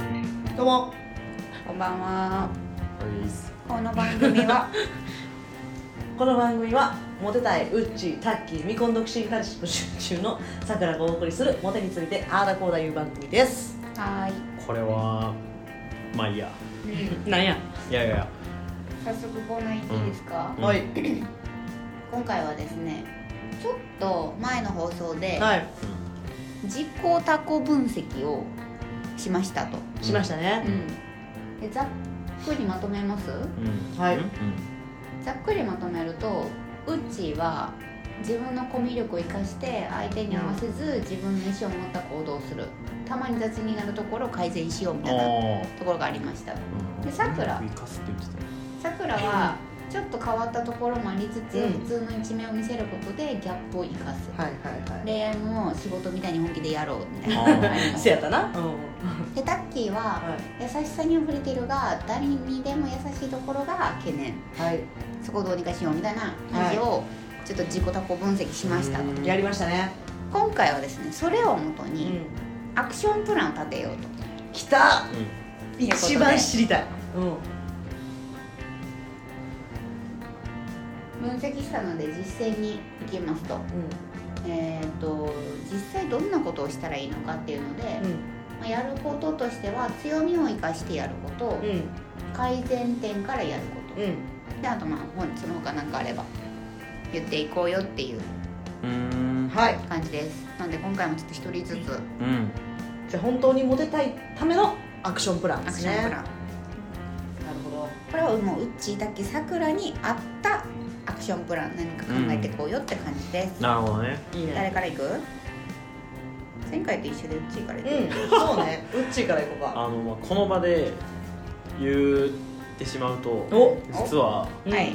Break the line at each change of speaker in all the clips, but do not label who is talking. んは。
こんばんは。
はいっす
この番組は
この番組はモテたいウッチータッキー未婚独身彼氏募集中のさくらがお送りするモテについてあーだこーだいう番組です
は
これは。まあ、いいや。
ーい。
なんや
いやいやいや。
早速コーナー行っていいですか。
うん
はい
今回はですね、ちょっと前の放送で
はい
実行タコ分析をしましたと。
しましたね
うん。でざっくりまとめます。
うん
はい
うん
ざっくりまとめると、ウッチーは自分のコミュ力を生かして相手に合わせず自分の意思を持った行動をする。たまに雑になるところを改善しようみたいな
あ
ところがありました。
あ。
でさくら
生かすって言ってたよ。
さくらはちょっと変わったところもありつつ、
うん
普通の一面を見せることでギャップを生かす、
はいはいはい
恋愛も仕事みたいに本気でやろうみたいな
あー
あります
せやったなうん
でタッキーは
は
優しさに溢れてるが誰にでも優しいところが懸念
いはい
そこをどうにかしようみたいな感じをちょっと自己多項分析しましたと、
うん
やりましたね
今回はですねそれをもと
う
にアクションプランを立てようと
来た
いうことで
一番知りたいうん
分析したので実践に行きますと,、えー、と実際どんなことをしたらいいのかっていうので、
うん
まあやることとしては強みを生かしてやること、
うんうん
改善点からやること、
うん
であとまあ本その他なんかあれば言っていこうよっていう
うん。
はい
感じですなので今回もちょっと一人ずつ
うん。
じゃあ本当にモテたいためのアクションプラン
ア
で
ク
す
シ
ね
ョンプ
な
ラン、
るほど
これはもううっちーだけさくらに合ったアクションプラン何か考えていこうよって感じです、
なるほどね。
いい
誰
ね
からいく前回と一緒でうっちーからいく、
うんそうねうっちーからいこうか
あの、まあ、この場で。言ってしまうと。
お
実は。
うん
はい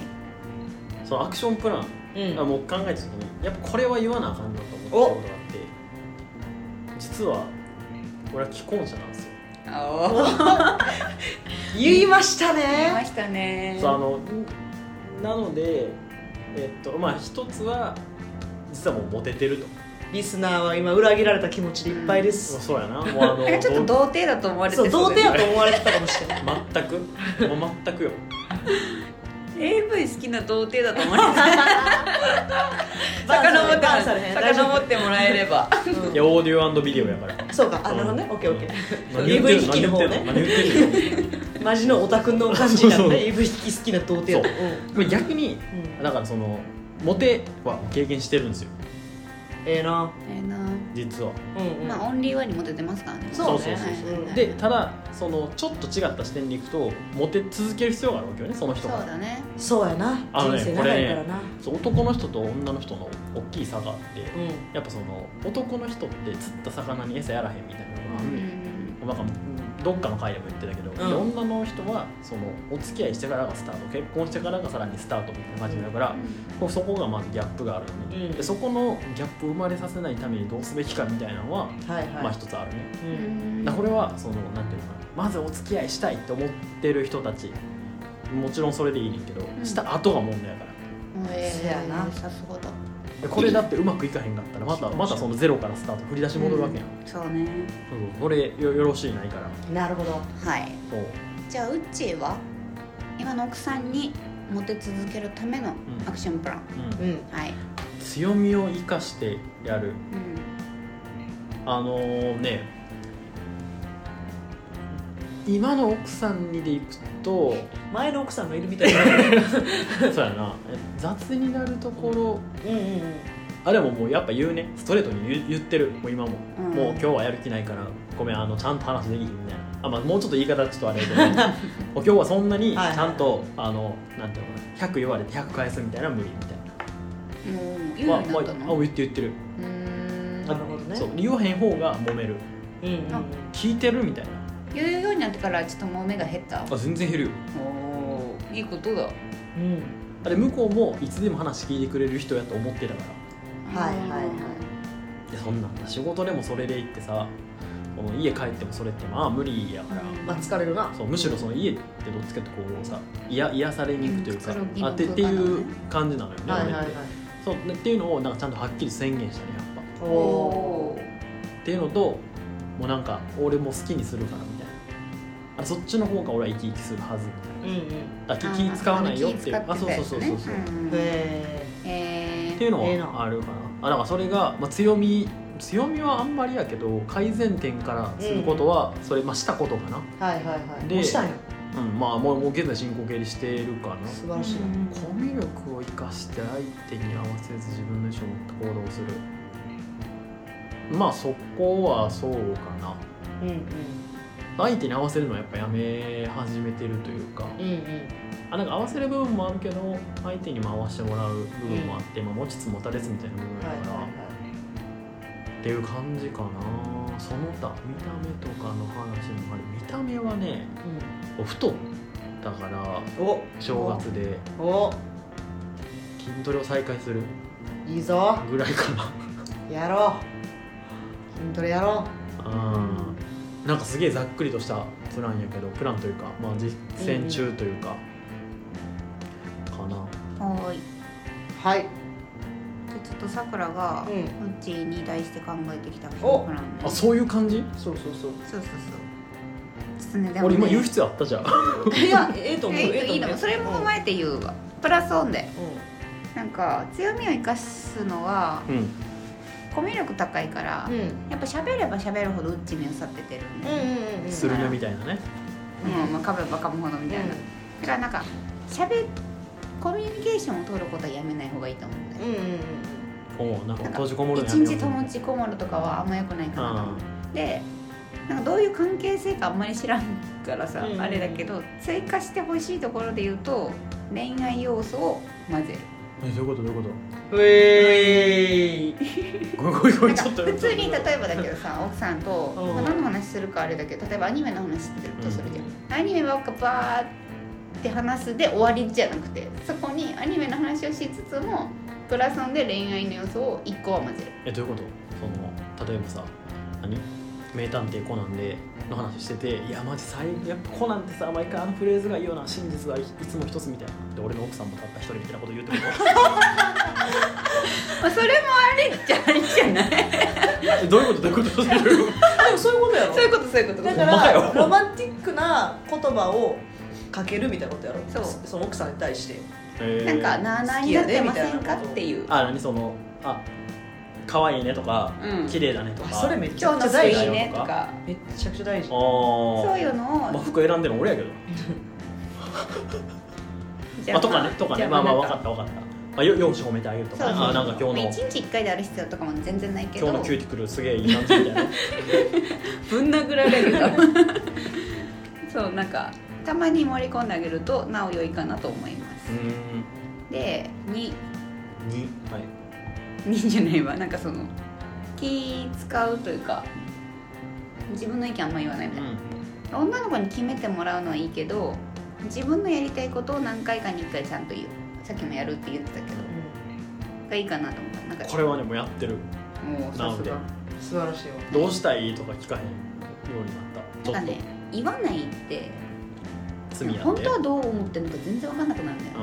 そのアクションプラン。
うん
あもう考えた時にやっぱこれは言わなあかんなと思ったことがあって実は俺は既婚者なんですよ、
あ
言いました
言いま
ね
したね
そうあのなのでえっとまあ一つは実はもうモテてると
リスナーは今裏切られた気持ちでいっぱいです、
そうやなもうあの
なんかちょっと童貞だと思われて
そう童貞
だ
やと思われてたかもしれ ない
全くもう全くよ
AV 好きな童貞だと思われて た遡って
バンされへん大丈
遡ってもらえれば
夫うん
いやオーディオビデオや から
そうかあなるほどねオッケーオッケ
何言ってる
DV
何言ってる
引きの方ね
何言ってる
ーマジのオタクの感じなん
そうそう
で AV 好きな童貞やとうん
の逆に
うん
だからそのモテは経験してるんですよ
ええな
ええな
実は
うんうん
まあオンリーワンにモテてますからね
そう
そう
ね
そう
そう
うん
でただそのちょっと違った視点でいくとモテ続ける必要があるわけよねその人
そう
が
だね
そうやな
あの
人
ね
生長いからな
そう男の人と女の人の大きい差があって
うん
やっぱその男の人って釣った魚に餌やらへんみたいなのがあ
う
る
ん
んで、なんかどっかの回でも言ってたけど、で
うん
女の人はそのお付き合いしてからがスタート結婚してからがさらにスタートみたいな感じになるから、こうそこがまずギャップがあるよね、
うん
でそこのギャップを生まれさせないためにどうすべきかみたいなのは、
はいはい
まあ一つあるね
う
うん
ん
だからこれはそのなんていうのかなまずお付き合いしたいって思ってる人たちもちろんそれでいいねんけど、
ん
した後が問題やから
え
そうやな
さすがだ
でこれだってうまくいかへんかったらまたまたそのゼロからスタート振り出し戻るわけやん、
そうね
そうそうこれよよろしいないから
なるほど
はい
そう
じゃあうっちーは今の奥さんにモテ続けるためのアクションプラン、
うん
うん
はい、
強みを生かしてやるあのね今の奥さんにでいくと
前の奥さんがいるみたいな
そうやなえ雑になるところ
うんうんうん
あでももうやっぱ言うねストレートに言う言ってるもう今も、
うん
もう今日はやる気ないからごめんあのちゃんと話できひんみたいなあ、まあ、もうちょっと言い方ちょっとあれや けどもう今日はそんなにちゃんと、あのなんていうのかな100言われて100返すみたいなのは無理みたいな
うんもう言うようになった
まあまああ
のう
言って言ってる、
ーん
なるほどね
そう言わへん方が揉める
うんうんうん
聞いてるみたいな
言うようになってからちょっともう目が減った
あ全然減るよ
おーいいことだ
うん
あれ向こうもいつでも話聞いてくれる人やと思ってたから
はいはいはい
でそんなんな仕事でもそれで行ってさこの家帰ってもそれってまあ無理やから、
まあ疲れるな
そうむしろその家ってどっちかってこうさいや癒されに行くというか、
うんくつろぎの
あってって
空間
い
だね
う感じなのよね、
はいはい
俺
は
っ
い
てそうでっていうのをなんかちゃんとはっきり宣言したねやっぱ
お
お
お
おー
っていうのともうなんか俺も好きにするからみたいなあそっちの方が俺は生き生きするはずみたい
うんうん
なあ気気使わないよっていう
あ
あそうそうそうそうそう、
へえ
え
っていうの
ええな
はあるかなあだからそれが、まあ、強み強みはあんまりやけど改善点からすることはそれ、まあ、したことかな、
はいはいはい
で
もうしたんや
うん、まあもうもう現在進行形にしてるかな
素晴らしいな
うん
コミュ力を生かして相手に合わせず自分の意思を持った行動をするまあそこはそうかな
うんうん
相手に合わせるのはやっぱやめ始めてるというか
うんうん
あなんか合わせる部分もあるけど相手にも合わせてもらう部分もあって、まあ持ちつ持たれつみたいな部分だ
はい
か
はい
ら、
は
っていう感じかなその他見た目とかの話もある見た目はね
いうん
太ったから
お
正月で
お
筋トレを再開する
いいぞ
ぐらいかな
やろう筋トレやろ
うんなんかすげえざっくりとしたプランやけどプランというか、まあ、実践中というか、かな
ー、はーいう
はい
じゃあちょっとさくらが
うん
うちに対して考えてきたプ
お
ランね
あそういう感じ
そうそうそう
そうそうそうちょっとねでも
俺
ね
今言う必要あったじゃん
いやええと思う
えいい
と
の
思う
それも踏まえて言うわプラスオンでなんか強みを生かすのは
うん
コミュ力高いから、
うんうん
やっぱ喋れば喋るほどうっちみを去っててるんで、
うんうんうん
するねみたいなね
うんまあ、噛めば噛むほどみたいな、だからなんか喋コミュニケーションを取ることはやめない方がいいと思うんだよ
うんうんうん
おうなんか閉じこもるの
一
やめよう
日友達こもるとかはあんま良くないかなと思う、でなんかどういう関係性かあんまり知らんからさ、
うん
あれだけど追加してほしいところで言うと恋愛要素を混ぜる
えどういうことどういうこ
うえい
とごめんごめんごめ
なんか
んちょっと
普通に例
え
えばだけど さ奥さんと、
うん
まあ何の話するかあれだけど例えばアニメの話するとするじゃん、アニメばっかバーって話すで終わりじゃなくてそこにアニメの話をしつつもプラスオンで恋愛の要素を1個は混ぜる
えどういうことその例えばさ何名探偵コナンでの話してて「いやマジ最やっぱコナンってさ毎回あのフレーズがいいよな真実はいつも一つ」みたいなで俺の奥さんもたった一人みたいなこと言うってこと
まあそれもあれっちゃあれじゃない
えどういうことどういうことどうい うこ
あでもそういうことやろ
そういうことそういうこと
だか
ほんまからよ
ロマンティックな言葉をかけるみたいなことやろ
そう
その奥さんに対して
とえー
なんかなあなあになってませんかっていう、
あ何そのあ可愛いねとか
うん、
綺麗だねとか
あそれめっち
今
ゃ
日
く
の
ちゃ
服
大
いい
事
ね
ねとか
めっちゃくちゃ大事
あー
そういうのを、
まあ服選んでるの俺やけど
じゃ
まあとかねとか
じ
ね
ゃ
まあまあ
なん
分かった分かったまあよ容姿褒めてあげるとかね
そうそう
あなんか今
まあ
日の
一日一回である必要とかも全然ないけど
今日のキューティクルすげえいい感じみ たいな
ぶん殴られる そうなんかたまに盛り込んであげるとなお良いかなと思います、
ん
で2
2はい
2じゃないわなんかその気使うというか自分の意見あんま言わないみたいな、女の子に決めてもらうのはいいけど自分のやりたいことを何回かに1回ちゃんと言うさっきもやるって言ってたけどがいいかなと思ったなんか
これはねもうやってる
もうさ
な
す
ので
が
うん素晴らしいわ
どうしたいとか聞かへんようになったちょ
なん
っ
か
と
ね言わないって
罪や
本
って
当はどう思ってるのか全然分かんなくなるんだよ、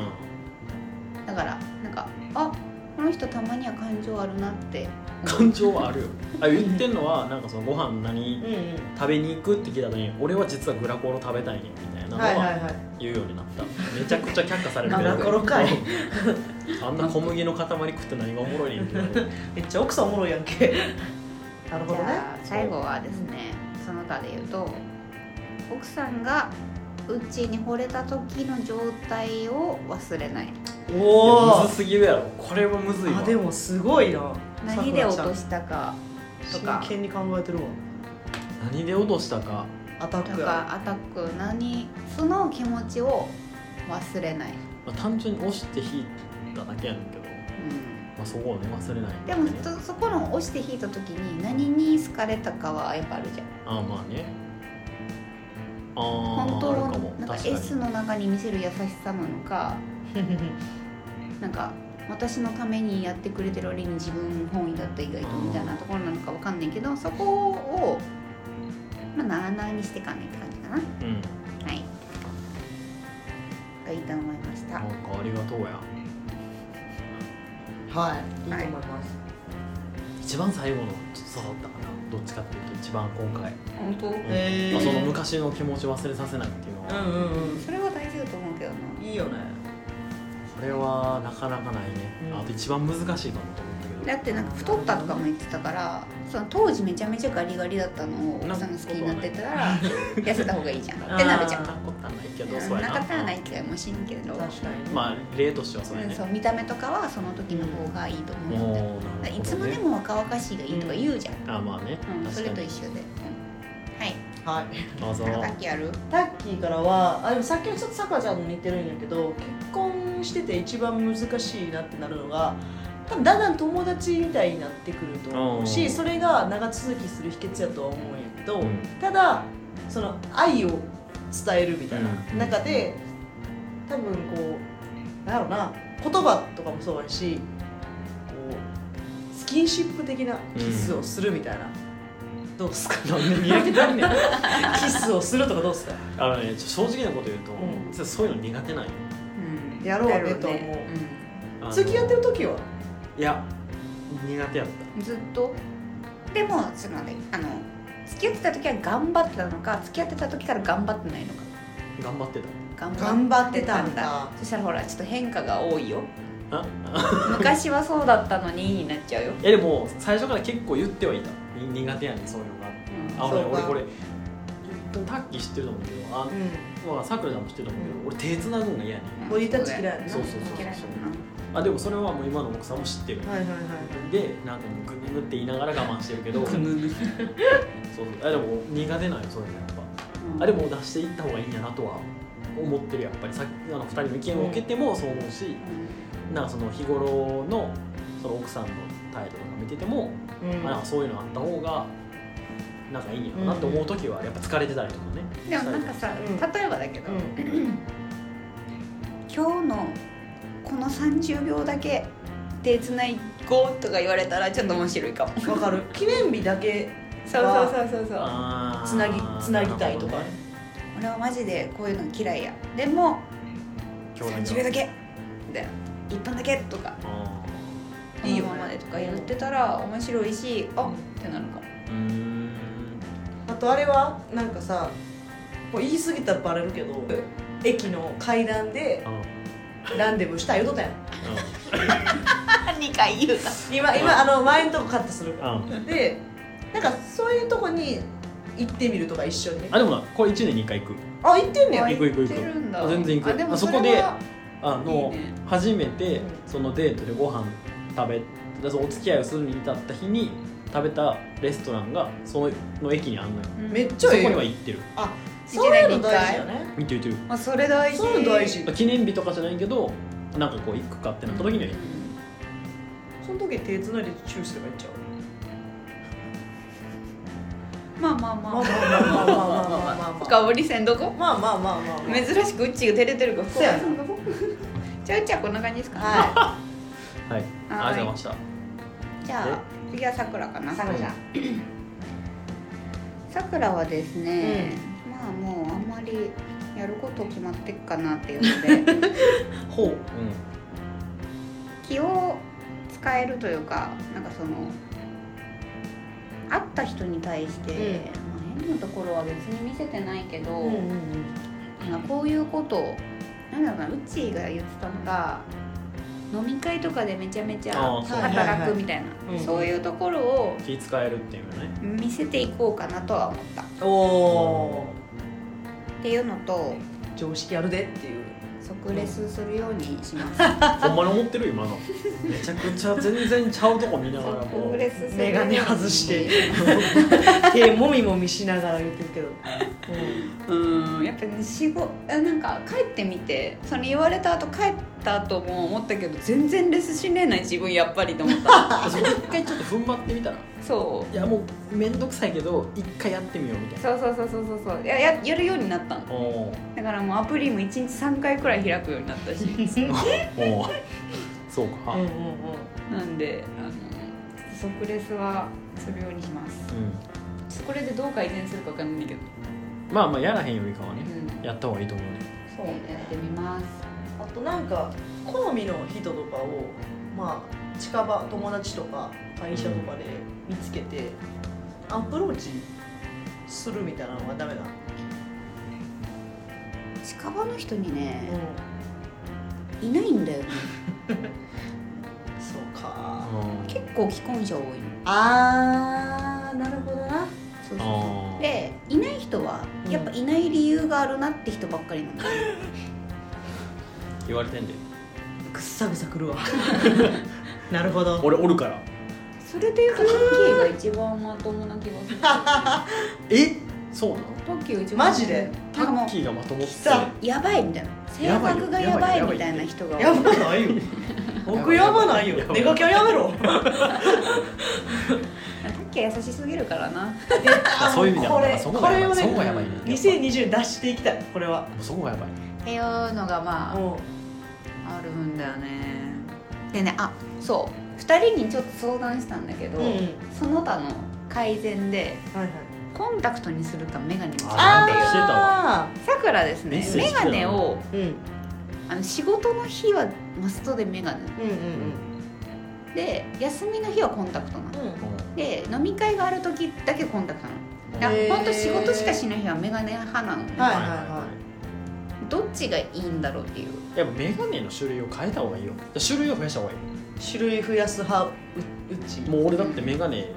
だからなんかあこの人たまには感情あるなって
うん感情はあるよあ言ってんのはなんかそのご飯何
うんうん
食べに行くって聞いた時に俺は実はグラコロ食べたいねんみたいなの
はいはい
は
はい
言うようになった、めちゃくちゃ却下される
な
け
ん
ど
だこ
の回
あんな小麦の塊食って何がおもろいねんって言われる
めっちゃ奥さんおもろいやんけなるほ
じ
どね
ゃあ最後はですねその他で言うと奥さんがうちに惚れた時の状態を忘れない
いや
お
むずすぎるやろこれはむずいわ
あでもすごいな
何で落
さく
と
らち
したか
ゃん
とか
真剣に考えてるわ
何で落としたか
アタ
と
ックや
かアタック何その気持ちを忘れない、
まあ、単純に押して引いただけやねんけど、
う
まあ、そこをね忘れない
ん、でもそそこの押して引いた時に何に好かれたかはやっぱあるじゃん
ああまあねあ
本
ああるか
当
も
なんか
確かに
S の中に見せる優しさなのかなんか私のためにやってくれてる割に自分本位だった意外とみたいなところなのかわかんないけどそこを、まあ、なあなあにしてかんねって感じかな
うん
はいがいいと思いました
なんかありがとうや
はいいいと思います
一番最後のちょっと刺さったかなどっちかっていうと一番後悔、
本当
うん
へー
まあ、その昔の気持ち忘れさせないっていうのは、
うんうんう
それは大事だと思うけどなん
いいよね
これはなかなかないね、
うん
あと一番難しいかもと思ったけど
だってなんか太ったとかも言ってたからその当時めちゃめちゃガリガリだったのを奥さんが好きになってたら痩せた方がいいじゃんってなるじゃん
あ
なことはないけどそうや
な
な
かったらないけどもしんけど、
確かに
まあ例としてはそうや
うん
ね
そう見た目とかはその時の方がいいと
も
思う
う
よだか
な
ら
る
い
ほ
つ
ど
ま
ね
でも若々しいがいいとか言うじゃん、
あまあね、
うんそ
確
れ
か
と
に
一緒で、うんは
は
い
い
どうぞ
なんかさっきある
タッキーからはあでもさっきのちょっとさくらちゃんに似てるんやけど結婚してて一番難しいなってなるのが多分だんだん友達みたいになってくると思う
う
し
ん
それが長続きする秘訣やとは思うんやけど、
うん
ただその愛を伝えるみたいな
うん
中で多分こうなんやろうな言葉とかもそうやしこうスキンシップ的なキスをするみたいな、どうですか
なんでにやけたんねん
キスをするとかどうですか
あのねちょ正直なこと言うと、
うん
実はそういうの苦手なんよ
うん
やろうね
やろう
と思う
あの
付き合ってる時はい
や苦手やった
うんずっとでもちょっと待ってあの付き合ってた時は頑張ってたのか付き合ってた時から頑張ってないのか
頑張って
頑
頑張ってたんだ
そしたらほらちょっと変化が多いよ
たあ
昔はそうだったのにになっちゃうよ、
えでも最初から結構言ってはいたに苦手やねんそういうのが
うん
あ俺
そうか
俺これタッキー知ってると思うけどあ
うん
まあさくらちゃんも知ってると思うけど、俺手繋ぐんが嫌やねん
ボディタッチ嫌いやな
そうそうそう
嫌いだな
あでもそれはもう今の奥さんも知ってる、
はいはいは
でなんかもうグニグって言いながら我慢してるけどそうそうあでも苦手なんよそういうのやっぱ
うん
あでも出していった方がいいんやなとは思ってるやっぱりさっきあの2人の意見を受けてもそう思うし、なんかその日頃のその奥さんの態度とか見てても、
い
あなんかそういうのあった方がなんかいいんやろなって思う時はやっぱ疲れてたりとかね、
でもなんかさ、
うん
例えばだけど、
うん
今日のこの30秒だけ手つないごとか言われたらちょっと面白いかも
うんわかる記念日だけ
そうそうそうそうそう
あー
つなぎつなぎたいとか
なる
俺はマジでこういうの嫌いやでも
ほどね
30秒だけみたいな1分だけとか
あ
いいよね
このままでとかやってたら面白いしあ
うん
ってなるかも
ーうーん
あとあれはなんかさもう言い過ぎたらバレるけど駅の階段で
あの
ランデブーした言うとったやん
2回言うた
今今あの前のとこカットする
あの
でなんかそういうとこに行ってみるとか一緒にね
あでもなこれ1年に1回行く
あ行ってんねや
行く行く行く
言ってるんだ
あ全然行く
あでも
あそ
そ
こで
れは
あの
いいね
初めて
うん
そのデートでご飯食べだそうお付き合いをするに至った日に食べたレストランがその駅にあんのよ
うん
めっち
そ
ゃ
こ
ええ
に
よ
は行ってる
そういうの大事よね
見てる見てる
まあそれ大事
そういうの大事
記念日とかじゃないけどなんかこう行くかってなった時には行く
その時手つないでチューすればいいんちゃう
まあまあまあ
まあまあまあまあまあまあまあまあ
深掘りせんどこ
まあまあまあまあまあ
珍しくうっちが照れてるから
そうやな
深掘りせんどこじゃあうっちはこんな感じですかね
は。
はいあ
はーい
りがとうございました
じゃあ次はさくらかない
さくらちゃん。
さくらはですね、まあもうあんまりやること決まってっかなっていう ので
ほう
気を使えるというかなんかその会った人に対して、
うん
まあ変なところは別に見せてないけど、
うんうんうん。
なんかこういうことをなんだろうなうちーが言ってたのが飲み会とかでめちゃめちゃ
あーそう
ね
働くみたいな
はいはい
そういうところを
気使えるっていうのね
見せていこうかなとは思ったっ
おお。
ていうのと
常識あるでっていう。
即レスするようにします
ほんまに思ってる今のめちゃくちゃ全然ちゃうとこ見ながらも
即レスするように
メガネ外 して手もみもみしながら言ってるけど。
うんやっぱね仕事あなんか帰ってみてそれ言われた後帰った後も思ったけど全然レスしねえな自分やっぱりと思っ た
あそこ一回ちょっと踏ん張ってみたら
そう
いやもうめんどくさいけど一回やってみようみたいな
そうそうそうそうそうそういやややるようになったの
お
だからもうアプリも1日3回くらい開くようにな ったし
ーおーそうか、
うん
う
うんんうんうん。
なんであの即レスはするようにしますちょっとこれでどう改善するかわかんないけど、
まあまあやらへんよりかは
う
ね
ん、
やった方がいいと思うね
そう
や
ね
っ。てみます
あとなんか好みの人とかをまあ近場友達とか会社とかで見つけてアプローチするみたいなのはダメだ、
近場の人にね
う
いないんだよね
ん、そうか
結構既婚者多いの
あーなるほどな
そうそうそう
あー
でいない人は
うん
やっぱいない理由があるなって人ばっかりなの、
言われてんで
くっさぐさくるわ なるほど
俺おるから
それでいうとタッキーが一番まともな気 が
えそうな
す
の
るタッキーが一番
マジで
タ
なんかも
ッキーがまともって
来た
うやばいみたいな性格がやばいみたいな人が多い
やばないよ僕やばないよ
やばい
寝かけはやめろ
タッキーは優しすぎるからな
あそういう意味では
これ
あそこがや
これを
ばい
ね
そこがやばいね
2020脱していきたいこれは
そこがやばい
っていうのがまあ
も
あるんだよねでねあそう2人にちょっと相談したんだけ
う
ど、
うんはい
その他の改善で
はい
コンタクトにするかメガネにする
あ
って
ー
いう
してたわ
さくらです
メッ
ね
セージ
メ
来た
ガ
の
ネを
ーうん
あの仕事の日はマストでメガネ
うん
で休みの日はコンタクトなの
うんうん
で飲み会がある時だけコンタクトなのだから
へー
ほんと仕事しかしない日はメガネ派なのね、
はい
どっちがいいんだろうっていう
いやっぱメガネの種類を変えた方がいいよ種類を増やした方がいい
種類増やす派ううち
もう俺だってメガネ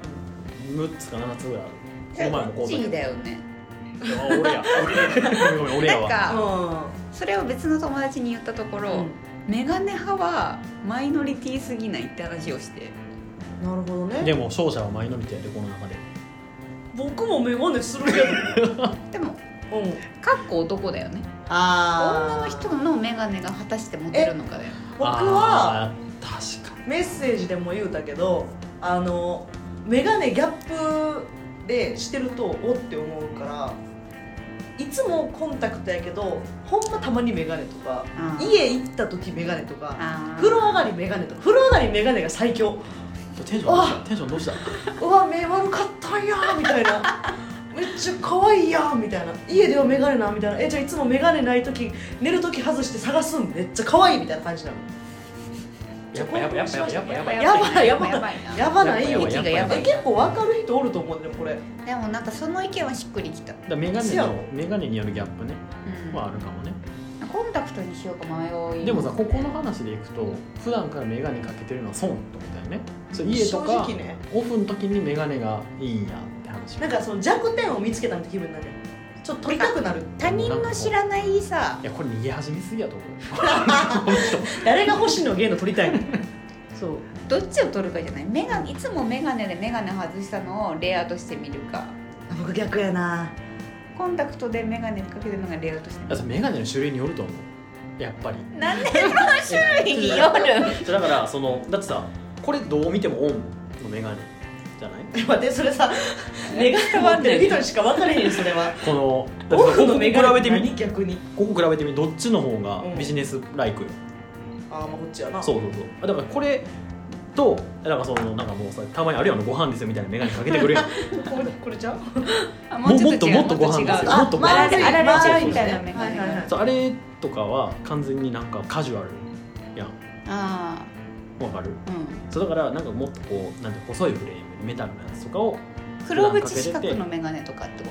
6つか7つぐらいあるこの前もこ
どっ
うだけ
ち
ど
だよね
あ俺や俺ごめん俺や
なん
わ
か
う
それを別の友達に言ったところ、
ん
メガネ派はマイノリティすぎないって話をして
なるほど
で
ね
も勝者はマイノリティやでこの中で
僕もメガネするけ
でも
どうん
かっこ男だよね女
あ
の人のメガネが果たしてモテるのかだよ
僕は
あー確か
メッセージでも言うたけどあのメガネギャップでしてるとおって思うからいつもコンタクトやけどほんまたまにメガネとか家行った時メガネとか
あー
風呂上がりメガネとか風呂上がりメガネが最強
にテンションどうしたテンションどうした
うわ目悪かったんやみたい なめっちゃ可愛いやみたいな家ではメガネなみたいなえじゃあいつもメガネない時寝る時外して探すんめっちゃ可愛いみたいな感じなの
やっぱやっぱやっぱやっぱやっ
やば
ぱ
いやばい
やばいな
やばない
や
よ
ばいやばいやばい
え結構分かる人おると思うねこれ
でもなんかその意見はしっくりきた、
だからメガネ
せやろ
のメガネによるギャップね
うん
はあるかもね
コンタクトにしようか迷い
でもさここの話でいくと普段からメガネかけてるのは損ってことだよねそう家と
正
か
直ね
オフの時にメガネがいいんやって話
なん
い
かその弱点を見つけたみたいな気分になるじゃんちょっと取りたくなる
他人の知らないさ
やこれ逃げ始めすぎやと思う
誰が星野源の取りたいの そう
どっちを取るかじゃないメガいつもメガネでメガネ外したのをレイアウトしてみるか
あ僕逆やな
コンタクトでメガネかけてるのがレイアウトしてみ
だ
る
からメガネの種類によると思うやっぱり
なんでその種類による
だからそのだってさこれどう見てもオンのメガネじゃない
待ってそれさメガネ割ってる人にしか分かれへんよそれは
このだって
オ
さ
フのメガ
ここ
ネ
比べてみ
何逆に
ここ比べてみどっちの方がビジネスライクよ、
あーまあこっちやな
そうそうそうあだからこれとだからそのなんかもうさたまにあるよあのご飯ですよみたいなメガネかけてくれるやん
これこれじゃう
あ
も
ちょと違う
もっともっとご飯ですよ
あ
もっとご飯
あられあられちゃ
うみ
たいなメガネ
はいはいはい
そうあれとかは完全になんかカジュアルやん
あ
わかる
あう
そうだからなんかもっとこうなんて細いフレームにメタルのやつとかを
ん黒縁四角のメガネとかってこ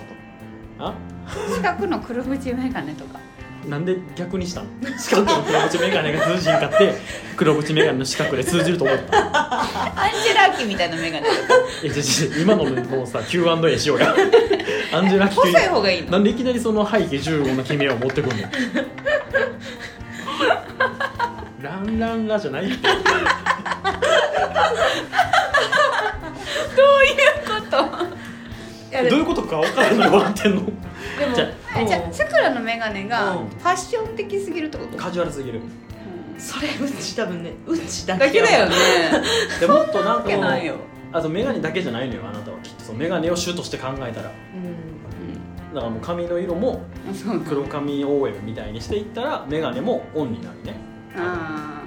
あ
と四角の黒縁メガネとか
なんで逆にしたの四角の黒縁メガネが通じんかって 黒縁メガネの四角で通じると思ったい
アンジェラーキみたいなメガネとか
やちょちょ今のもうさ Q&A しようや アンジェラ急に
細い方がいいの
なんでいきなりその背景15の決めを持ってくんのランランラじゃないって
どういうこと
いや
どういうことか分からないわってんの
でも
じゃ
えじゃあさくらの眼鏡が
うん
ファッション的すぎるってこと、
カジュアルすぎる
う
それうんち多分ねうんちだ
ん
け
だけだよね
でもっとなん
わ
か
け
も
ないうよ、
あと眼鏡だけじゃないのよあなたはきっとその眼鏡を主として考えたら
うん
う
だからもう髪の色も
ん、そう
黒髪 OL みたいにしていったら眼鏡もオンになるね
ああ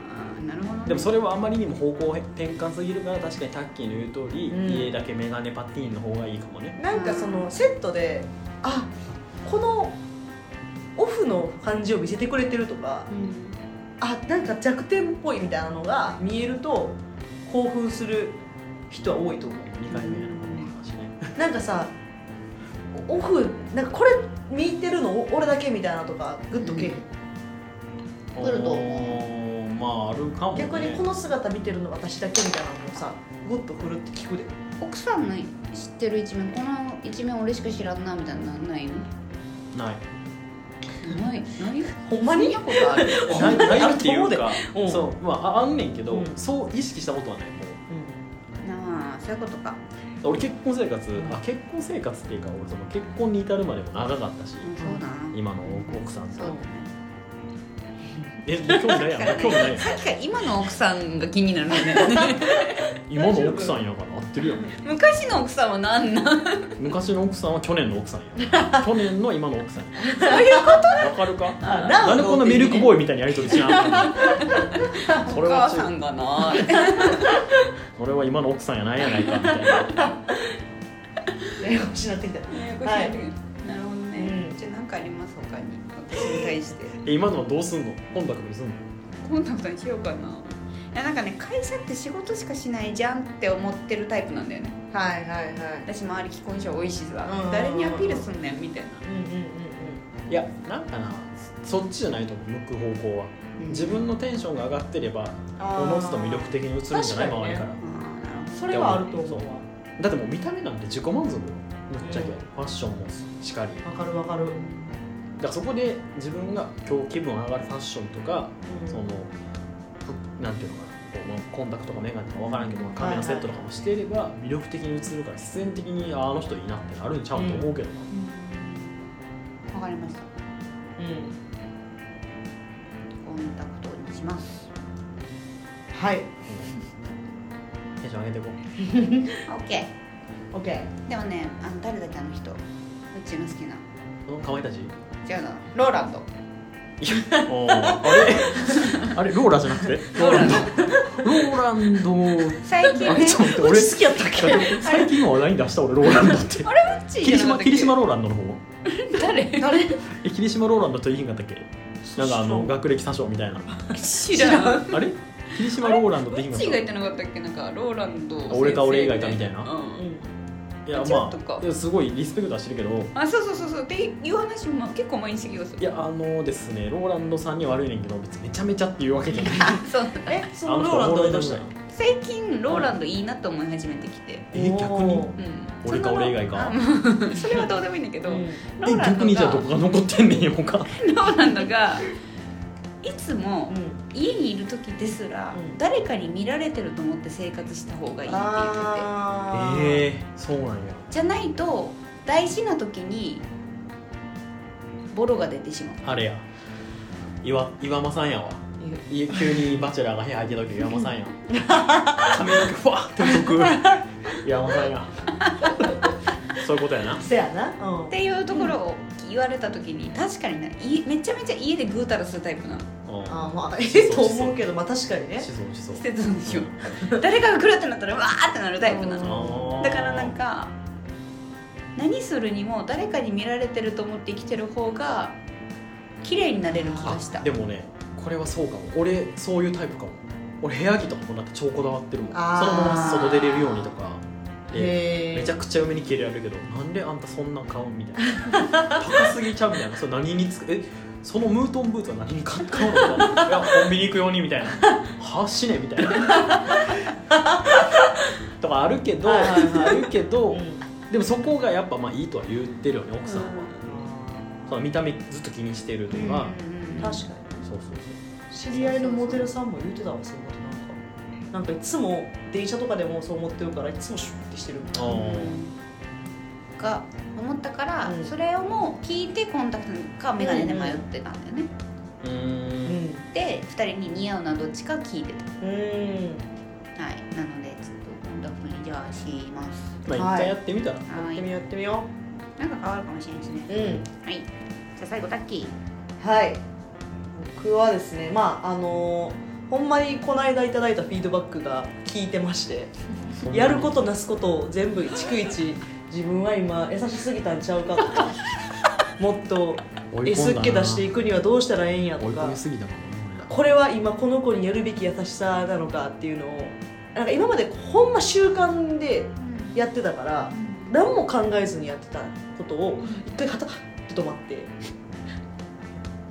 なるほど、ね、
でもそれはあまりにも方向転換すぎるから確かにタッキーの言う通り、
うん
家だけ眼鏡パティーンの方がいいかもね
なんかそのセットであこのオフの感じを見せてくれてるとか
うん
あなんか弱点っぽいみたいなのが見えると興奮する人は多いと思う
2回目やなこの話ね
なんかさオフなんかこれ見入ってるのお俺だけみたいなとかグッとけえへん
来ると
おーまああるかも、ね、
逆にこの姿見てるの私だけみたいなのもさグッとくるって聞くで
奥さんの知ってる一面この一面俺しか知らんなみたいなのなんないの
ない
ないない
ほんま
見
に
たことある
ないないってい
あると思う
う
で
か
うん
そうまあああんねんけど、
うん
そう意識したことはないもう
なあそういうことか
俺結婚生活、
うん
あ結婚生活っていうか俺その結婚に至るまでも長かったし、
うんそうだな
今の奥さん
そ
と
うだね
え興味ないやん 興味ないやん
さっきから今の奥さんが気になるよね
今の奥さんやから合ってるやん
昔の奥さんは何なん
昔の奥さんは去年の奥さん や去年の今の奥さんやそういうことわかるか
あ
なんでこんなミルクボーイみたいにやりとりし な
お
それは
母
ち
さんがな
俺は今の奥さんやないやないかみたいな
ややこしなってきた はい
なるほどね、じゃあ何かあります他に私に対して
え今のはどうすんの本格にすんの
コンタクトにしようかないやなんかね会社って仕事しかしないじゃんって思ってるタイプなんだよね
はいはいはい
私周り既婚者多いしさ
うん
誰にアピールすんねんみたいな
うんうん
いやなんかなそっちじゃないと思う向く方向は
うんうん
自分のテンションが上がってれば
あ
お
ー
のずと魅力的に映るんじゃない
確かにね
周りから
それはあると思
そうう
わ
だってもう見た目なんて自己満足よぶっちゃけ、
うん
ファッションもしかりだ
わかるわかる、うん
からそこで自分が今日気分上がるファッションとか、そのふなんていうのかなこうコンタクトとかメガネとか分からんけどカメラセットとかもしていれば魅力的に映るから必然的にああの人いいなってなるんちゃうと思うけどな、
わかりました
うん、
コンタクトにします
はい
うんテンション上げてこ
OK
OK
でもねあの誰だっけあの人うちの好きな
うかまいたち
違うなローランド
おーあれ あれローラじゃなくてローランドローランド
最近
あ
ね
れ ちょっと待って
俺
俺
好きやったっけ
最近は話題に出した俺ローランド って霧島霧島ローランドの方
誰
誰
え霧島ローランドと言いひんかったっけなんかあの学歴詐称みたいな
知らん
あれ霧島ローランドって言い
どっ
ひ
ち
ん
が
か
い
った
なかったっけなんかローランド
俺か俺以外かみたいな
うん
うん
いや
違
ま
ったか
あいやすごいリスペクトはしてるけど
あそうそうそうそうっていう話も結構前にしてきます
いやあのですねローランドさんには悪いねんけど別にめちゃめちゃっていうわけじゃない
あそう
えそ
あ
の
の
ロー
人
ランド
おもろ
はいど
と
う
し
したた
よ
の
最近ローランドいいなと思い始めてきて
え逆に
うん
俺か
そんな
俺以外か
あまあそれはどうでもいいんだけど、
うん
ロ
え
ーラン
逆
ド
にじゃあ
が
どこが残ってんねんよか
ローランドがいつも
うん
家にいる時ですら、
うん
誰かに見られてると思って生活した方がいいって言ってて
あー
ええそうなんや
じゃないと大事な時にボロが出てしまう
あれや岩岩間さんやわい急にバチェラーが部屋入ってた時岩間さんや髪の毛ふわって僕岩間さ んやそういうことやな
せやなうん
っていうところを言われた時に確かにねいめちゃめちゃ家でぐうたらするタイプなの
うん
あーまあええと思うけどまあ確かにね
しそうしそう
捨てたんでしょ誰かが来るってなったらわーってなるタイプな
うん
の
あー
だからなんか何するにも誰かに見られてると思って生きてる方が綺麗になれる気がした
あでもねこれはそうかも俺そういうタイプかも俺部屋着とかもなんか超こだわってるもんその
あー
まま外出れるようにとかで
へえ
めちゃくちゃ嫁にキレられるけどなんであんたそんなん買うみたいな高すぎちゃうみたいなそれ何につえそのムートンブーツは何に買ったのみたいないやコンビニ行くようにみたいなは死ねみたいな とかあるけど、
はいはいはい
あるけど
うん
でもそこがやっぱまあいいとは言ってるよね奥さんは、その見た目ずっと気にしてると
うん
か、
うん
確か
そうそうそう
に知り合いのモデルさんも言うてたわそんなことなんかなんかいつも電車とかでもそう思ってるからいつもシュッてしてる
あー
が思ったから、
うん
それをもう聞いてコンタクトか眼鏡で迷ってたんだよね、
うー
うんん
で2人に似合うのはどっちか聞いてた
うん
はいなのでちょっとコンタクトにじゃあします
まあ一
はい
回やってみたら、
や
は
ってみよ
いう
やってみよ
なんか変わるかもしれないですね
ううん
はいじゃあ最後タッキー
はい僕はですねまああのーほんまにこの間いただいたフィードバックが効いてまして
そんな
やることなすことを全部逐一自分は今優しすぎたんちゃうかと かもっと
追い
え
込ん
す
だ
っ
な
け出していくにはどうしたらええんやと
追い込
か
みすぎたかもね
これは今この子にやるべき優しさなのかっていうのをなんか今までほんま習慣でやってたから何も考えずにやってたことを一回はたって止まって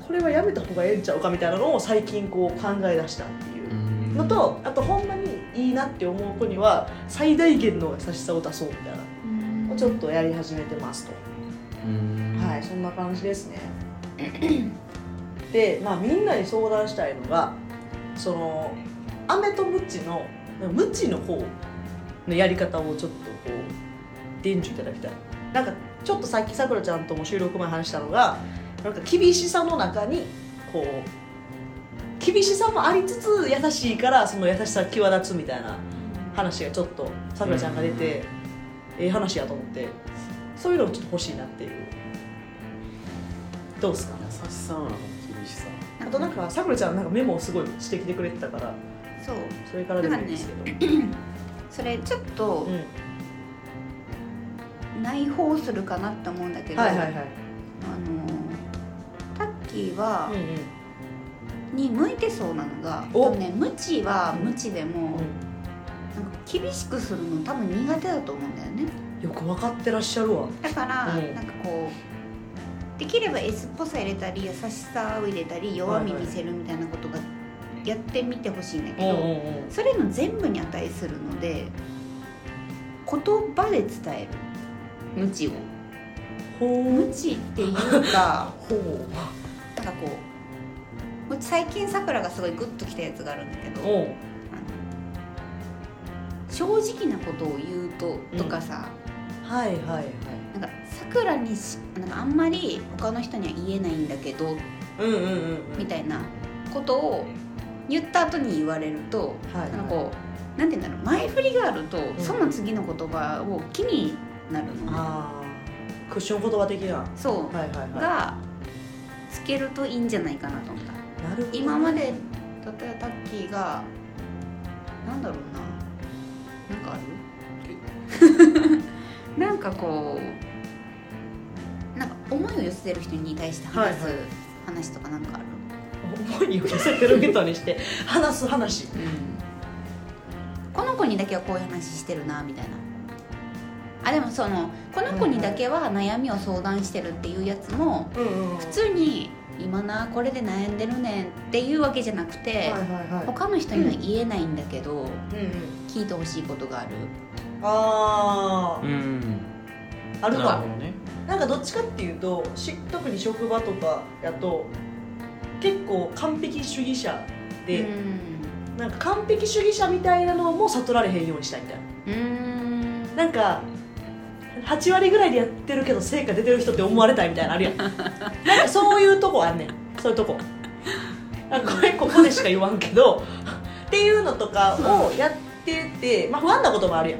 これはやめた方がええんちゃうかみたいなのを最近こう考え出したっていうのとあとほんまにいいなって思う子には最大限の優しさを出そうみたいなのをちょっとやり始めてますと。はい、そんな感じですね。で、まあ、みんなに相談したいのが、その、アメとムチの、ムチの方のやり方をちょっとこう、伝授いただきたい。なんか、ちょっとさっきさくらちゃんとも収録前話したのが、なんか厳しさの中に、こう、厳しさもありつつ優しいからその優しさが際立つみたいな話がちょっとさくらちゃんが出て、ええ話やと思ってそういうのもちょっと欲しいなっていうどうですか
優しさなのかも厳しさ
あとなんかさくらちゃんなんかメモをすごいしてきてくれてたから
そう
それからでもいいですけど、
それちょっと
う
内包するかなって思うんだけ
ん、
ど、
はいはいはい、
あのタッキーは
うん、うん
に向いてそうなのが
お
多分ね無知は無知でも、
う
なんか厳しくするの多分苦手だと思うんだよね
ん、よく分かってらっしゃるわ
だから、
うん
なんかこうできれば S っぽさ入れたり優しさを入れたり弱み見せるみたいなことがやってみてほしいんだけど、
うん
それの全部に値するので言葉で伝える無知を無
ほう
知っていう か
ほう
なんかこううち最近さくらがすごいグッときたやつがあるんだけど
おう
正直なことを言うととかさ、
はいはいはい
なんかさくらにしなんかあんまり他の人には言えないんだけ
う
ど
んうんうん
みたいなことを言った後に言われると、
はい
なんかこうなんて言うんだろう前振りがあると、その次の言葉を気になるのね
ああクッション言葉的なは
そう、
いはいは
がつけるといいんじゃないかなと思った
いなるほど
今まで例えばタッキーがなんだろうななんかある なんかこうなんか思いを寄せてる人に対して話す
はいは
話とかなんかある、
思いを寄せてる人にして話す話
この子にだけはこういう話してるなみたいなあでもそのこの子にだけは悩みを相談してるっていうやつも
うんうん普
普通に「今なこれで悩んでるねん」っていうわけじゃなくて、
はいはいは
他の人には言えないんだけど、
いうんうん
聞いてほしいことがある
あ
う
ー
ん
ある
なる
か
ほどね
なんかどっちかっていうとし特に職場とかやと結構完璧主義者
う
で、
ん
なんか完璧主義者みたいなのも悟られへんようにしたいみたいな
うーん
なんか8割ぐらいでやってるけど成果出てる人って思われたいみたいなのあるやんなんかそういうとこあんねんそういうとこあこれここでしか言わんけどっていうのとかをやってて、まあ、不安なこともあるやん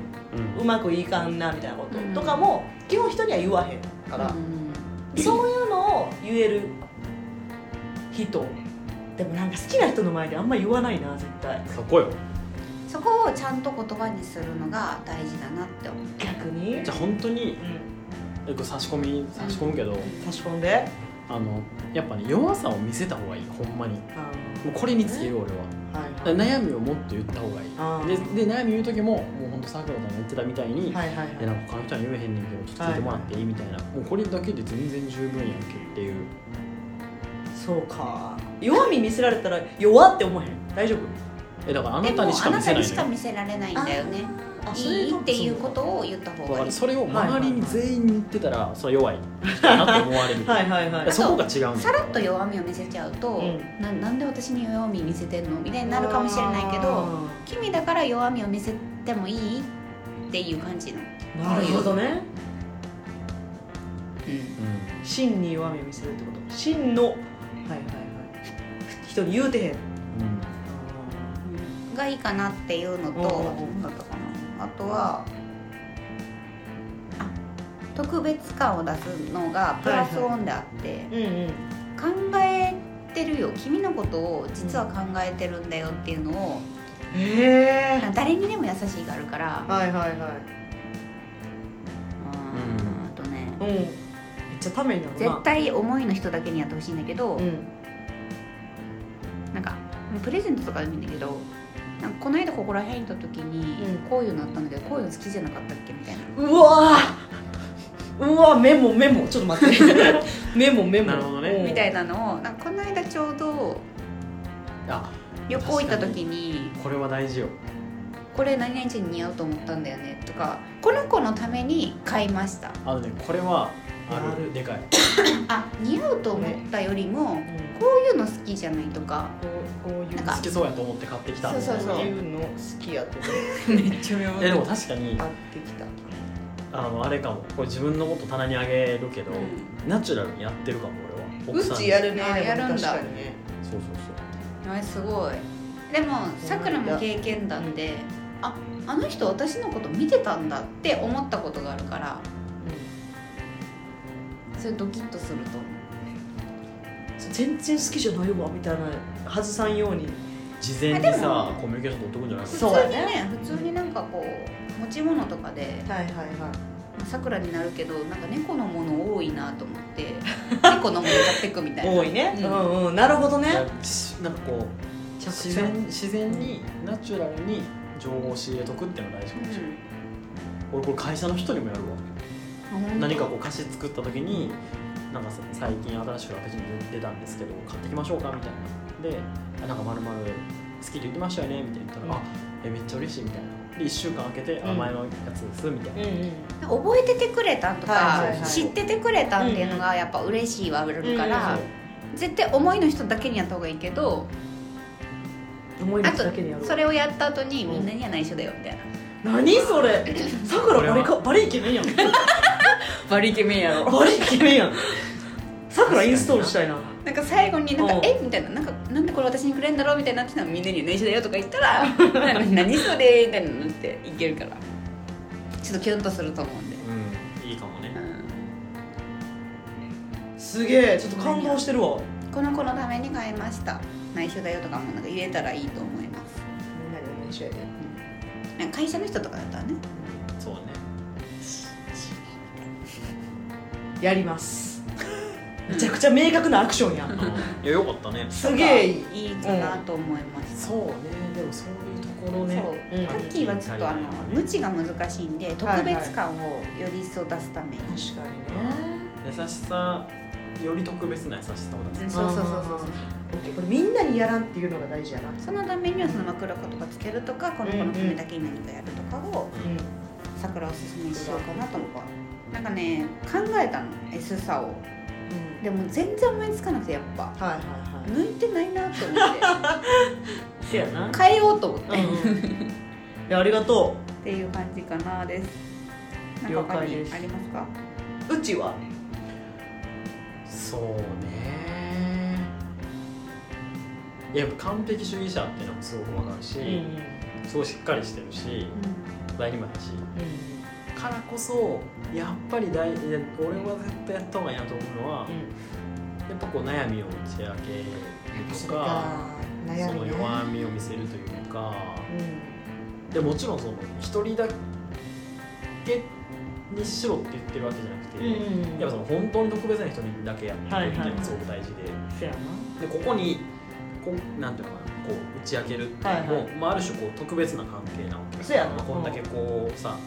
うん
うまくいかんなみたいなこと、
うん
とかも基本人には言わへんから、
うん
そういうのを言える人でもなんか好きな人の前であんま言わないな絶対
そこよ
そこをちゃんと言葉にするのが大事だなって思う
逆に
じゃあ本当に
う
よく差し込み差し込むけど
ん差し込んで
あのやっぱね弱さを見せた方がいいほんまにも
あ
うこれにつける俺は
ーはい
だから悩みをもっと言った方がいい
あー
でで悩み言う時ももうほんとさくらちゃんが言ってたみたいに、
はいはいはい
えなんか他の人に言えへんねんけどちょっと聞いてもらっていいみたいな、もうこれだけで全然十分やんけっていう
そうか弱み見せられたら弱って思えへん大丈夫
えだからあ
で
な
も
たにしか
あ
見
な
せ
た
な
に
い
し
の
か
よ
見せられないんだよね
あー
いいっていうことを言った方
だ
が
か
いい
らそれを周りに全員に言ってたらそれは弱い人やなって思われる
はいはいはい
いやそこが違うんだ
さ
よ
らっと弱みを見せちゃうと、
うん
ななんで私に弱み見せてんのみたいになるかもしれないけど君だから弱みを見せてもいいっていう感じの、
あーなるほどね
うん
う
真に弱みを見せるってこと真のはいはいはい人に言うてへん
んうん
がいいかなっていうのと、
うんうんうん
あとなんだったかなあとはあ特別感を出すのがプラスオンであって、
うんうん
考えてるよ君のことを実は考えてるんだよっていうのを、
へえ
誰にでも優しいがあるから、
はいはいはい
うん、あとね
うんめっちゃためになるな
絶対思いの人だけにやってほしいんだけど、
うん
なんかプレゼントとかでもいいんだけどなんかこの間ここら辺にいた時に、
うん
こういうのあったんだけどこういうの好きじゃなかったっけみたいな
うわうわメモメモちょっと待って メモメモ
なるほどね
うん
みたいなのをなんかこの間ちょうど
あ
旅行行った時に
これは大事よ
これ何々ちに似合うと思ったんだよねとかこの子のために買いました
あのねこれはあ
あ
る
る
でかい
あ似合うと思ったよりも
うん
こういうの好きじゃないとか
こうこういう
なん
好
か
きそうやと思って買って きた
そうそうそう
こういうの好きやってめっちゃメモ
えでも確かに
合ってきた
あのあれかもこれ自分のこと棚にあげるけど、
う
ナチュラルにやってるかも俺は
う
に
ちやるね
あやる
で
んだ
も確かにね
そうそう
あれすごいでもさくらも経験談でああの人私のこと見てたんだって思ったことがあるからそれドキッとすると思
そう全然好きじゃないわみたいな外さんように
そう事前
あ
に
で
さ
も
コミュニケーション取っとくんじゃないう
そう
普
だ
通に
ね
ね普通になんかこう持ち物とかで
はいはいはい
さくらになるけどなんか猫のもの多いなと思って 猫のもの買ってくみたいな
多いね
う
うんんうんなるほどね
しなんかこう
着
自然自然にナチュラルに情報を仕入れとくっていうのが大事かもしれない、俺これ会社の人にもやるわ
うん
何かこう歌詞作った時になんかさ最近新しく私に出たんですけど買ってきましょうかみたいなであ「なんかまるまる好きって言ってましたよね」みたいな言ったら「あえめっちゃ嬉しい」みたいなで1週間空けて「あ
うん
前のやつです」みたい
う
な、
ん
覚えててくれたんとか、
はい
はいはい
知っててくれたんっていうのがやっぱ嬉しいはあるから、
うん
絶対思いの人だけにやった方がいいけど
うん思い
あ
出す
と
だけにやる
それをやった後にみんなには内緒だよみたいな、
何それさくらバリかバリイケメンやん
バリイケメンやろ
バリイケメンやんさくらインストールしたいな
なんか最後になんか
う
「
ん
えみたいな「なんかなんでこれ私にくれんだろう?」みたいになってたのみんなには内緒だよとか言ったら 「なんか何それ?」みたいなのっていけるからちょっとキュンとすると思うんで、
うんいいかもね
う
すげえちょっと感動してるわ
ん、この子のために買いました内緒だよとかもなんか言えたらいいと思います
みんなで一緒やで
なんか会社の人とかだったらね
そうね
やりますめちゃくちゃ明確なアクションや
あ
ん
の いやよかったね
すげえいい
いいかなと思いました、
そうねでもそういうところ
そう
ね
うん
タッキーはちょっとあの無知が難しいんで特別感をより一層出すために、
確かに
優しさより特別な優しさを出す
うんそうそうそうそうそう
オッケーこれみんなにやらんっていうのが大事やな
そのためにはその枕言葉つけるとかこの子のためだけに何かやるとかを
うん
桜をおすすめしようかなと思うなんかね考えたの S さを
うん
でも全然思いつかなくてやっぱ
はいはいは
向いてないなと思って
いせやな
変えようと思って、っ
うんうんいやありがと
ていう感じかなですなんか他に
了解です
ありますか
ううちは
そうねやっぱ完璧主義者っていうのもすごくわかるし、すごいしっかりしてるし大丈夫だしからこそやっぱり大いや俺は絶対やった方がいいなと思うのは、やっぱこう悩みを打ち明けるとか
悩
そ
み
の
ね
弱みを見せるというか
うん
でもちろんその一人だけにしろって言ってるわけじゃなくて、
うん
やっぱその本当に特別な人にだけやってるっていうのがすごく大事で。
せやな
でここにこうなんていうのかなこう打ち明けるっていうのも、
はいは
まあ、ある種こう特別な関係なわけ
そうやな
まあこんだけこうさ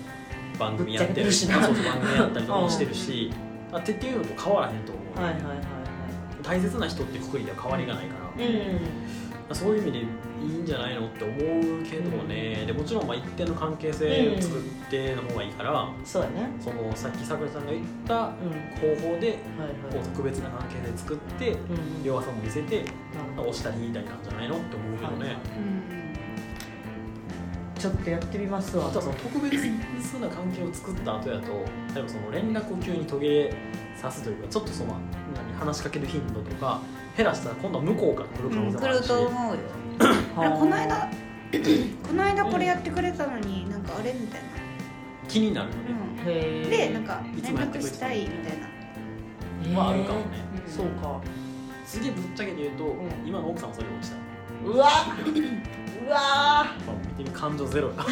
番組やって
ぶっちゃけてるしな
るしそうそう番組やったりとかもして るし、あってっていうのと変わらへんと思う、
はいはいはいは
大切な人ってくくりでは変わりがないから、
い
そういう意味でいいんじゃないのって思うけどね、でもちろんまあ一定の関係性を作っての方がいいから、
そうやね
そのさっきさくらさんが言った
うんは
方法で
い
こう特別な関係で作って
うん
弱さも見せて
なるほど
押したり引いたりなんじゃないのって思うけどね、
はいはい
うん
ちょっとやってみますわ
あとはその特別な関係を作った後やと例えばその連絡を急に途切れさすというかちょっとその何話しかける頻度とか減らしたら今度は向こうから来る可能性もあ
来
る
る
し、
と思うよだからこ の間この間これやってくれたのになんかあれみたい
気になるよ
な、
ね、
へ
うん、
ー
でなんか
いつ
連
もやって
絡
くれてた
したいみたいな、
へー
まああるかもね
ん
そうか
すげえぶっちゃけて言うと、
ん
今の奥さんはそれ落ちた、
うわうわ
まあ、見てみ感情ゼロや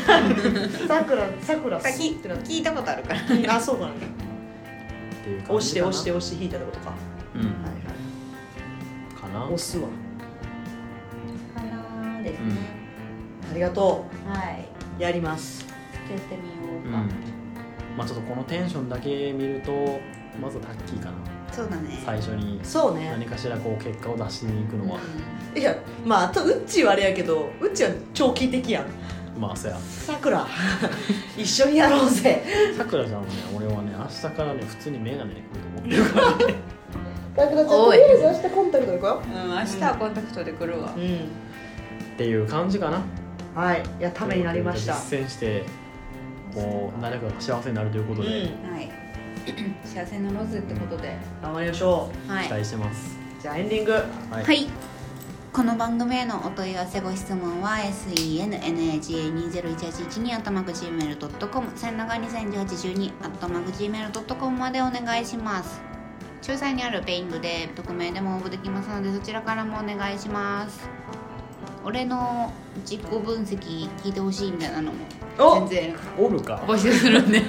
さくらさくら
さっき聞いたことあるから
あそうかね
っていう感じかな
押して押して押して引いたってことかは
うん
い
かな
押すわ
かなーですね、
ありがと
はいう
やります
ちょっとやってみよ
う
うか、
んまあちょっとこのテンションだけ見るとまずタッキーかな
そうだね
最初に
そうね
何かしらこう結果を出しに行くのは、
うん
いやまああとウッチーはあれやけどウッチーは長期的やん
まあそや
さく ら一緒にやろうぜ
さくらちゃんもね俺はね明日からね普通に眼鏡で来ると思ってるからね
さくら
ちゃんとりあえず
明日コンタクト行くよ
うん、明日はコンタクトで来るわ
う、ん
っていう感じかな
はいいやためになりました
実践してこう誰かが幸せになるということ
う
で
ん
はい幸せのロズってことで、
頑張りましょ
は
期
い
待してます、
うじゃあエンディング
は
はい。この番組へのお問い合わせご質問は sennage2018 に atmacgmail.com 千長201812 atmacgmail.com までお願いします詳細にあるペイングで匿名でも応募できますのでそちらからもお願いします俺の実行分析聞いてほしいみたいなのも全
お
然
おるか
募集するんで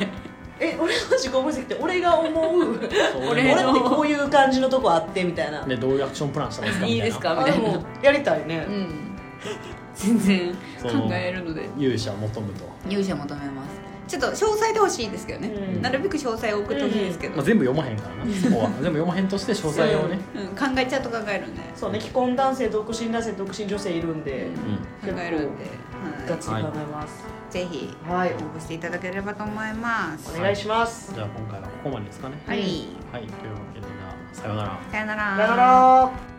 え俺の自己分析って俺が思 う
そう
俺
俺って
の
こういう感じのとこあってみたいな
でどういうアクションプランしたらいいですかみ
いい
た
あで
ですかみた
いな
いな
もやりたいね
うん全然
その
考えるので
勇者を求むと、
入社求めますちょっと詳細で欲しいですけどね、
うん
なるべく詳細を送ってほしいですけど、
まあ、全部読まへんからなそこは全部読まへんとして詳細をね
うん考えちゃうと考えるんで、
そうね既婚男性独身男性独身女性いるんで
うん
うん
考えるんで、
ガ
は
チに考えます
い、ぜひ
はい
応募していただければと思います、
お願いします
じゃあ今回はここまでですかね
はい、
はいというわけでじゃあさようなら
さよなら
さよなら